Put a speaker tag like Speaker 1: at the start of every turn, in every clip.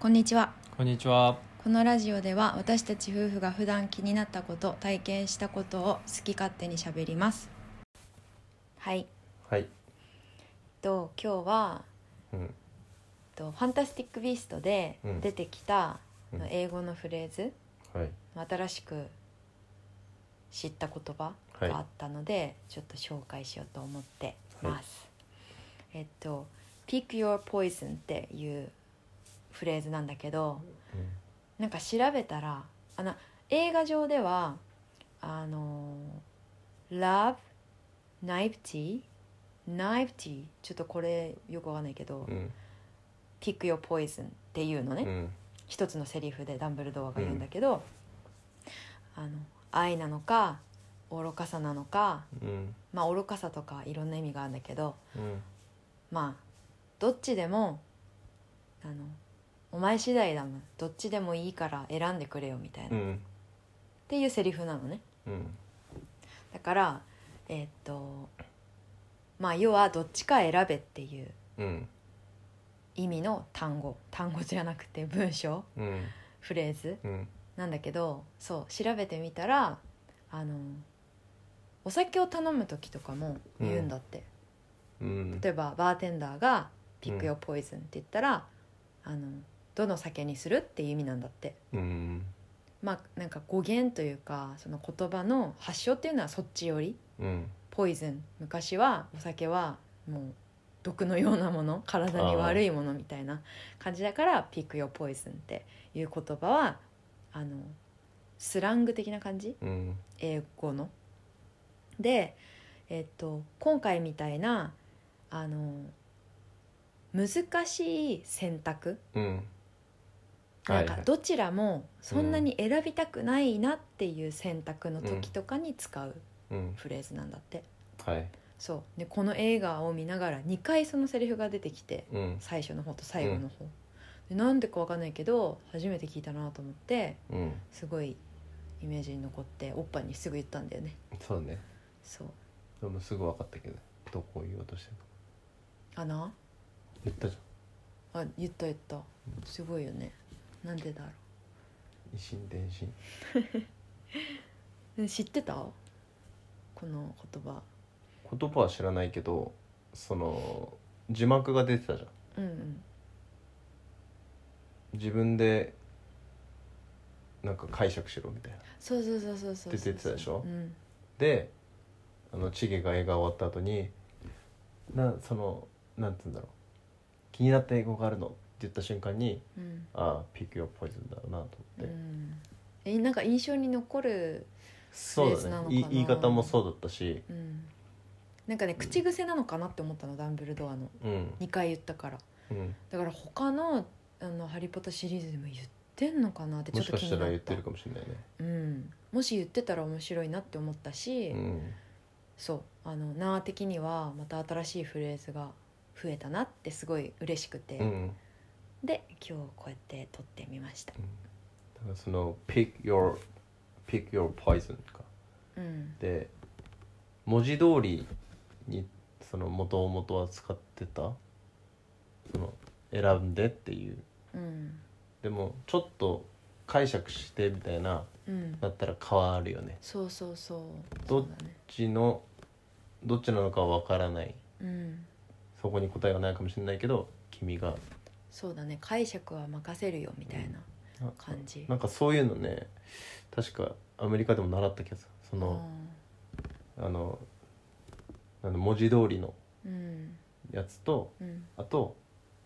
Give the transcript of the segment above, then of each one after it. Speaker 1: こんにちは
Speaker 2: こんにちは。
Speaker 1: このラジオでは私たち夫婦が普段気になったこと体験したことを好き勝手にしゃべりますはい
Speaker 2: はい。
Speaker 1: と今日は
Speaker 2: うん。
Speaker 1: と「ファンタスティック・ビースト」で
Speaker 2: うん
Speaker 1: 出てきた
Speaker 2: うん
Speaker 1: 英語のフレーズ、
Speaker 2: はい。
Speaker 1: 新しく知った言葉があったので、ちょっと紹介しようと思ってます、えっと「pick your poison」っていうフレーズなんだけどなんか調べたらあの映画上ではあのー「Love」「Knife Tea」「Knife Tea」ちょっとこれよくわかんないけど「
Speaker 2: うん。
Speaker 1: pick your poison」っていうのね、
Speaker 2: うん。
Speaker 1: 一つのセリフでダンブルドアが言うんだけど、あの愛なのか愚かさなのか
Speaker 2: うん。
Speaker 1: まあ愚かさとかいろんな意味があるんだけど
Speaker 2: うん。
Speaker 1: まあどっちでもあのお前次第だもんどっちでもいいから選んでくれよみたいな、
Speaker 2: う
Speaker 1: っ
Speaker 2: ん。
Speaker 1: ていうセリフなのね
Speaker 2: うん。
Speaker 1: だからえーっとまあ要はどっちか選べっていう
Speaker 2: うん。
Speaker 1: 意味の単語単語じゃなくて文章
Speaker 2: うん。
Speaker 1: フレーズ
Speaker 2: うん。
Speaker 1: なんだけどそう調べてみたらあのお酒を頼む時とかも言うんだって、
Speaker 2: うん。
Speaker 1: 例えばバーテンダーが「ピック・ヨー・ポイズン」って言ったら、あのどの酒にするっていう意味なんだって
Speaker 2: うん。
Speaker 1: まあなんか語源というかその言葉の発祥っていうのはそっち寄り
Speaker 2: うん。
Speaker 1: ポイズン昔はお酒はもう毒のようなもの体に悪いものみたいな感じだから「ピック・ヨー・ポイズン」っていう言葉はあのスラング的な感じ
Speaker 2: うん。
Speaker 1: 英語の。で、えっと、今回みたいなあの難しい選択
Speaker 2: うん。
Speaker 1: なんかどちらもそんなに選びたくないなっていう選択の時とかに使う
Speaker 2: うん。
Speaker 1: フレーズなんだって。
Speaker 2: はい。
Speaker 1: そうでこの映画を見ながら2回そのセリフが出てきて
Speaker 2: うん。
Speaker 1: 最初の方と最後の方、でなんでかわかんないけど初めて聞いたなと思って
Speaker 2: うん。
Speaker 1: すごいイメージに残っておっぱいにすぐ言ったんだよね
Speaker 2: そうね。
Speaker 1: そう
Speaker 2: でもすぐ分かったけど、どこ言おうとしてるの
Speaker 1: あな
Speaker 2: 言ったじゃ
Speaker 1: あ言った言ったすごいよねなんでだろ
Speaker 2: ん。一心伝心。
Speaker 1: うで知ってたこの言葉
Speaker 2: 言葉は知らないけど、その字幕が出てたじゃん。
Speaker 1: うんうん
Speaker 2: 自分でなんか解釈しろみたいな。
Speaker 1: そうそうそうそうそう
Speaker 2: って言ってたでしょ
Speaker 1: うん
Speaker 2: であのチゲが映画終わった後になそのなんて言うんだろう気になった英語があるのって言った瞬間に
Speaker 1: うん、
Speaker 2: ああピックヨポイズンだろうなと
Speaker 1: う
Speaker 2: 思って、
Speaker 1: ん、えなんか印象に残る
Speaker 2: そう
Speaker 1: フレーズな
Speaker 2: だ
Speaker 1: の
Speaker 2: ね
Speaker 1: かない
Speaker 2: 言い方もそうだったし
Speaker 1: うんなんかね口癖なのかなって思ったのダンブルドアの
Speaker 2: うん
Speaker 1: 2回言ったから
Speaker 2: うん
Speaker 1: だから他の「あのハリポタ」シリーズでも言ってんのかなってち
Speaker 2: も
Speaker 1: ょっ
Speaker 2: し
Speaker 1: と
Speaker 2: か
Speaker 1: 気
Speaker 2: し
Speaker 1: になっ
Speaker 2: た
Speaker 1: た
Speaker 2: ら言ってるかもしれないね
Speaker 1: うん、もし言ってたら面白いなって思ったし、
Speaker 2: うん
Speaker 1: そうあのなー的にはまた新しいフレーズが増えたなってすごい嬉しくて、
Speaker 2: うん、うん、
Speaker 1: で今日こうやって撮ってみました
Speaker 2: だからその「pick your pick your poison」か
Speaker 1: うん
Speaker 2: で文字通りにその元々は使ってたその選んでっていう
Speaker 1: うん
Speaker 2: でもちょっと解釈してみたいな
Speaker 1: うん
Speaker 2: だったら変わるよね
Speaker 1: そうそうそう
Speaker 2: ど
Speaker 1: そうだね
Speaker 2: どっちのどっちなのかは分からない
Speaker 1: うん
Speaker 2: そこに答えはないかもしれないけど君が
Speaker 1: そうだね解釈は任せるよみたいな
Speaker 2: な
Speaker 1: 感じ、
Speaker 2: なんかそういうのね確かアメリカでも習った気がするそのあのあの文字通りの
Speaker 1: うんうん
Speaker 2: やつと
Speaker 1: うん
Speaker 2: あと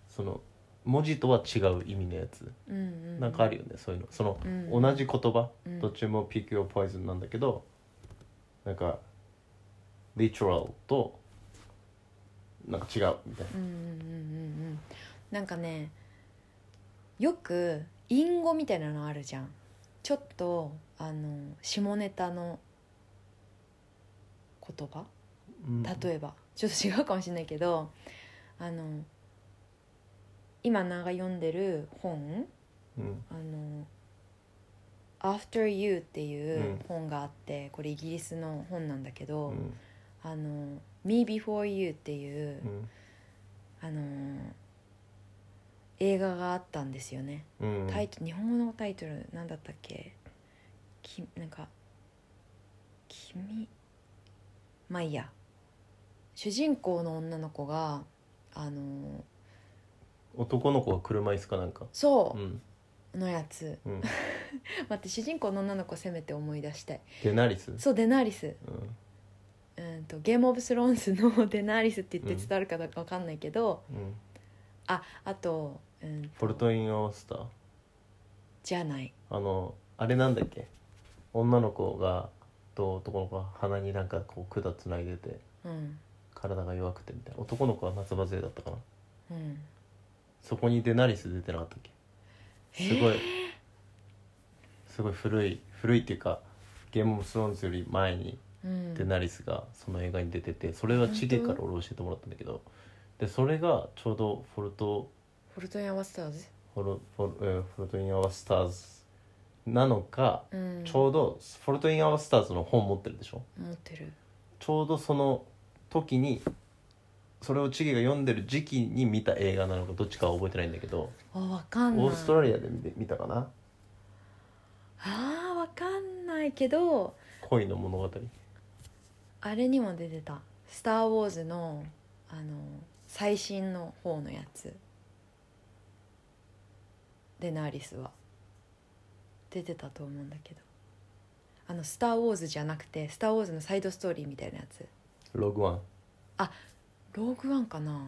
Speaker 2: その文字とは違う意味のやつ
Speaker 1: うんうん
Speaker 2: なんかあるよねそういうのその
Speaker 1: うん
Speaker 2: 同じ言葉
Speaker 1: うん
Speaker 2: どっちも Pick Your Poison なんだけどなんか literal となんか違うみたい
Speaker 1: うんうんうんうんうんなんかねよく隠語みたいなのあるじゃんちょっとあの下ネタの言葉
Speaker 2: な
Speaker 1: 例えばちょっと違うかもしれないけどあの今名が読んでる本
Speaker 2: うん
Speaker 1: あの「After You」っていううん本があってこれイギリスの本なんだけ
Speaker 2: う
Speaker 1: ど
Speaker 2: ん
Speaker 1: 「あの Me Before You」っていう
Speaker 2: うん
Speaker 1: あのー映画があったんですよね、
Speaker 2: うん
Speaker 1: タイト日本語のタイトルなんだったっけきなんか「君」まあいいや主人公の女の子があのー
Speaker 2: 男の子が車椅子かなんか
Speaker 1: そううんのやつ、
Speaker 2: うん
Speaker 1: 待って主人公の女の子せめて思い出したい
Speaker 2: デナリス
Speaker 1: そうデナーリス
Speaker 2: うん
Speaker 1: うんとゲームオブスローンズの デナーリスって言って伝わるかどうかわかんないけど、
Speaker 2: うん
Speaker 1: ああと,、うんと、
Speaker 2: フォルトイン・オースター
Speaker 1: じゃない
Speaker 2: あのあれなんだっけ女の子がと男の子が鼻になんかこう管つないでて
Speaker 1: うん
Speaker 2: 体が弱くてみたいな男の子は夏バテだったかな
Speaker 1: うん
Speaker 2: そこにデナリス出てなかったっけすごい、すごい古い古いっていうかゲームオブスローンズより前に
Speaker 1: うん
Speaker 2: デナリスがその映画に出ててそれはチゲから俺教えてもらったんだけどでそれがちょうどフォルト
Speaker 1: フォルトイン・アワスターズ、
Speaker 2: フォルフォルえーフォルトイン・アワスターズなのか、
Speaker 1: うん、
Speaker 2: ちょうどフォルトイン・アワスターズの本持ってるでしょ
Speaker 1: 持ってる
Speaker 2: ちょうどその時にそれをチゲが読んでる時期に見た映画なのかどっちかは覚えてないんだけど
Speaker 1: あわかんない
Speaker 2: オーストラリアで見て見たかな
Speaker 1: あーわかんないけど
Speaker 2: 恋の物語
Speaker 1: あれにも出てた「スター・ウォーズの」あの最新の方のやつデナーリスは出てたと思うんだけどあの「スター・ウォーズ」じゃなくて「スター・ウォーズ」のサイドストーリーみたいなやつ
Speaker 2: ログワン
Speaker 1: ローグワンかな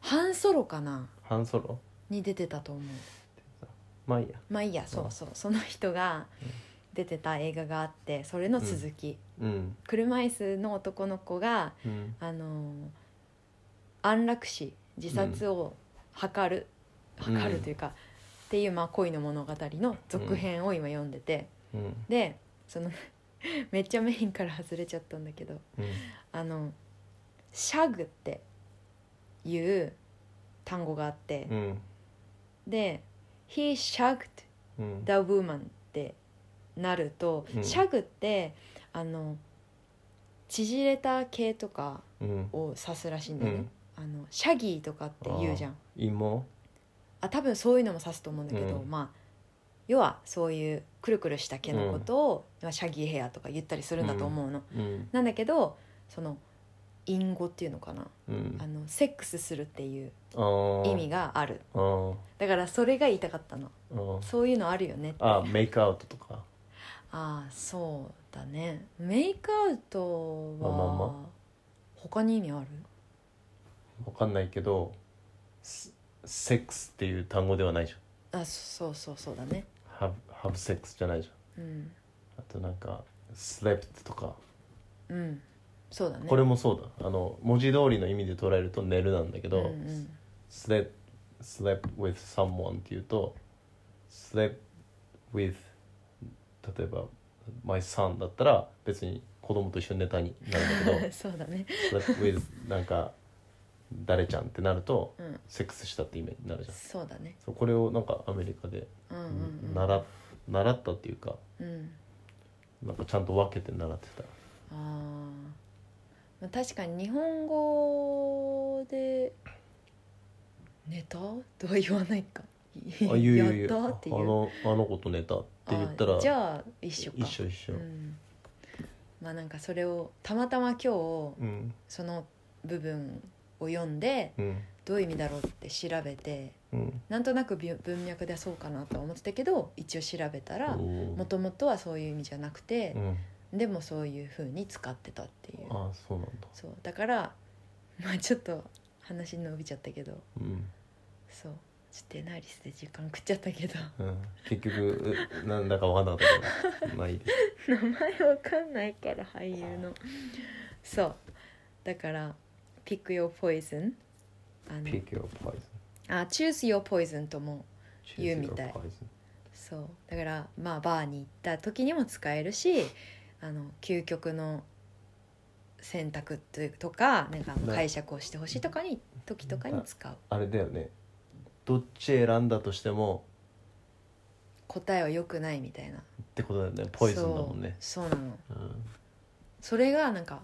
Speaker 1: ハンソロかな
Speaker 2: ハンソロ
Speaker 1: に出てたと思う
Speaker 2: まあいいや
Speaker 1: まあいいやそうそう その人が出てた映画があってそれの続き、
Speaker 2: うん
Speaker 1: 車椅子の男の子が
Speaker 2: うん
Speaker 1: あのー安楽死自殺を図る、
Speaker 2: うん
Speaker 1: 図るというか、っていうまあ恋の物語の続編を今読んでて、
Speaker 2: うん
Speaker 1: でその めっちゃメインから外れちゃったんだけど
Speaker 2: うん
Speaker 1: あのシャグっていう単語があって、
Speaker 2: うん
Speaker 1: で「he shagged
Speaker 2: うん、
Speaker 1: the woman」ってなると、
Speaker 2: うん
Speaker 1: シャグってあの縮れた毛とか
Speaker 2: うん、
Speaker 1: を指すらしいんだよね
Speaker 2: うん、
Speaker 1: あのシャギーとかって言うじゃん
Speaker 2: 芋
Speaker 1: あ多分そういうのも指すと思うんだけど、
Speaker 2: うん
Speaker 1: まあ要はそういうくるくるした毛のことを、まあシャギーヘアとか言ったりするんだと思うの、
Speaker 2: うん
Speaker 1: なんだけどその隠語っていうのかな
Speaker 2: うん
Speaker 1: あのセックスするっていう
Speaker 2: あー
Speaker 1: 意味がある
Speaker 2: あー
Speaker 1: だからそれが言いたかったの
Speaker 2: あー
Speaker 1: そういうのあるよねって
Speaker 2: あメイクアウトとか
Speaker 1: ああそうだねメイクアウトは、
Speaker 2: まあまあま
Speaker 1: 他に意味ある
Speaker 2: わかんないけどセセックスっていう単語ではないじゃん
Speaker 1: あそうそうそうだね
Speaker 2: ハブハブセックスじゃないじゃん
Speaker 1: うん
Speaker 2: あとなんかスレプとか、
Speaker 1: うんそうだね
Speaker 2: これもそうだあの文字通りの意味で捉えると寝るなんだけど、
Speaker 1: うんうん
Speaker 2: スレスレプ with someone っていうとスレプ with 例えば my son だったら別に子供と一緒に寝たになるんだけど
Speaker 1: そうだね
Speaker 2: スレプ with なんか誰ちゃんってなると
Speaker 1: うん
Speaker 2: セックスしたって意味になるじゃん
Speaker 1: そうだね
Speaker 2: そうこれをなんかアメリカで
Speaker 1: うんうんうん
Speaker 2: 習,、習ったっていうか
Speaker 1: うん
Speaker 2: なんかちゃんと分けて習ってた
Speaker 1: あーまあ確かに日本語で「ネタ?」とは言わないか「
Speaker 2: あ言う言う
Speaker 1: や
Speaker 2: 言
Speaker 1: っ
Speaker 2: う
Speaker 1: た?」っていう
Speaker 2: あのあの子と寝たって言った
Speaker 1: あ
Speaker 2: ら
Speaker 1: じゃあ一緒か
Speaker 2: 一緒一緒
Speaker 1: うん、まあなんかそれをたまたま今日
Speaker 2: うん
Speaker 1: その部分を読んで
Speaker 2: うん
Speaker 1: どういう意味だろうって調べて
Speaker 2: うん
Speaker 1: なんとなくび文脈でそうかなとは思ってたけど一応調べたら
Speaker 2: おー
Speaker 1: もともとはそういう意味じゃなくて
Speaker 2: う、ん
Speaker 1: でもそういう風に使ってたっていう
Speaker 2: ああそうなんだ
Speaker 1: そうだからまあちょっと話伸びちゃったけど
Speaker 2: うん、
Speaker 1: そうちょっとエナリスで時間食っちゃったけど
Speaker 2: うん、結局う なんだかわかんなかったけどまあいいです
Speaker 1: 名前わかんないから俳優のそうだから「Pick Your Poison」あの
Speaker 2: Pick your poison
Speaker 1: あ「Choose Your Poison」とも
Speaker 2: Choose
Speaker 1: 言うみたい
Speaker 2: your poison
Speaker 1: そうだからまあバーに行った時にも使えるしあの究極の選択というとかなんか
Speaker 2: ね
Speaker 1: 解釈をしてほしいとかに時とかに使う
Speaker 2: あれだよねどっち選んだとしても
Speaker 1: 答えは良くないみたいな
Speaker 2: ってことだよねポイズンだもんね
Speaker 1: そうそうなの
Speaker 2: うん
Speaker 1: それがなんか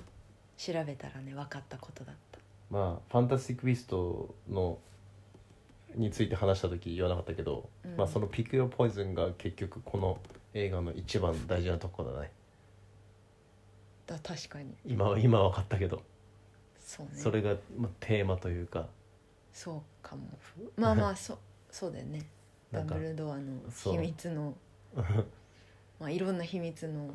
Speaker 1: 調べたらね分かったことだった
Speaker 2: まあファンタスティック・ビーストのについて話した時言わなかったけど、
Speaker 1: うん
Speaker 2: まあその「ピクヨポイズン」が結局この映画の一番大事なとこだね
Speaker 1: だ確かに
Speaker 2: 今は今は分かったけど
Speaker 1: そうね
Speaker 2: それが、まあ、テーマというか
Speaker 1: そうかもまあま あそうそうだよね
Speaker 2: な
Speaker 1: ダ
Speaker 2: ん
Speaker 1: ブ
Speaker 2: か
Speaker 1: ルドアの
Speaker 2: そう
Speaker 1: 秘密の まあいろんな秘密の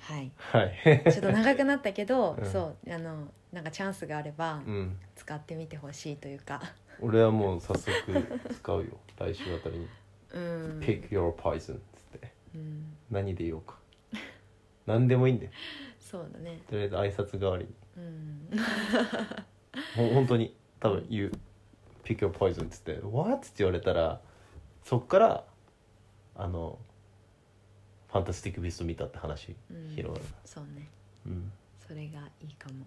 Speaker 1: はい
Speaker 2: はい、
Speaker 1: ちょっと長くなったけど、
Speaker 2: うん
Speaker 1: そうあのなんかチャンスがあれば
Speaker 2: うん、
Speaker 1: 使ってみてほしいというか
Speaker 2: 俺はもう早速使うよ来週あたりに
Speaker 1: う
Speaker 2: 「
Speaker 1: ん、
Speaker 2: Pick your poison」っつって
Speaker 1: うん、
Speaker 2: 何で言おうか何でもいいんだよ
Speaker 1: そうだね
Speaker 2: とりあえず挨拶代わりに
Speaker 1: うん
Speaker 2: も う本当に多分言う「Pick your poison」っつって「What?」って言われたらそっからあの「ファンタスティック・ビースト」見たって話
Speaker 1: うん
Speaker 2: 広がる
Speaker 1: そうね
Speaker 2: うん、
Speaker 1: それがいいかも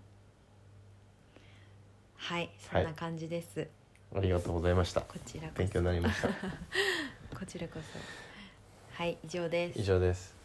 Speaker 1: はいそんな感じです、
Speaker 2: ありがとうございました
Speaker 1: こちらこ
Speaker 2: 勉強
Speaker 1: そ
Speaker 2: になりました
Speaker 1: こちらこそはい以上です
Speaker 2: 以上です